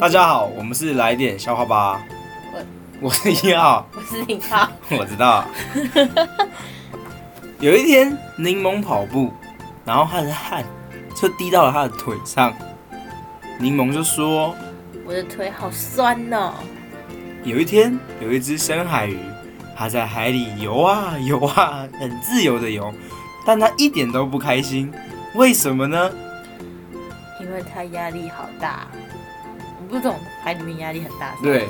大家好，我们是来点笑话吧。我是一号，我是林浩，我知道。有一天，柠檬跑步，然后他的汗就滴到了他的腿上。柠檬就说我的腿好酸哦。：“有一天，有一只深海鱼，它在海里游啊游啊，很自由的游，但它一点都不开心。为什么呢？因为他压力好大。我不懂海里面压力很大。是吧对，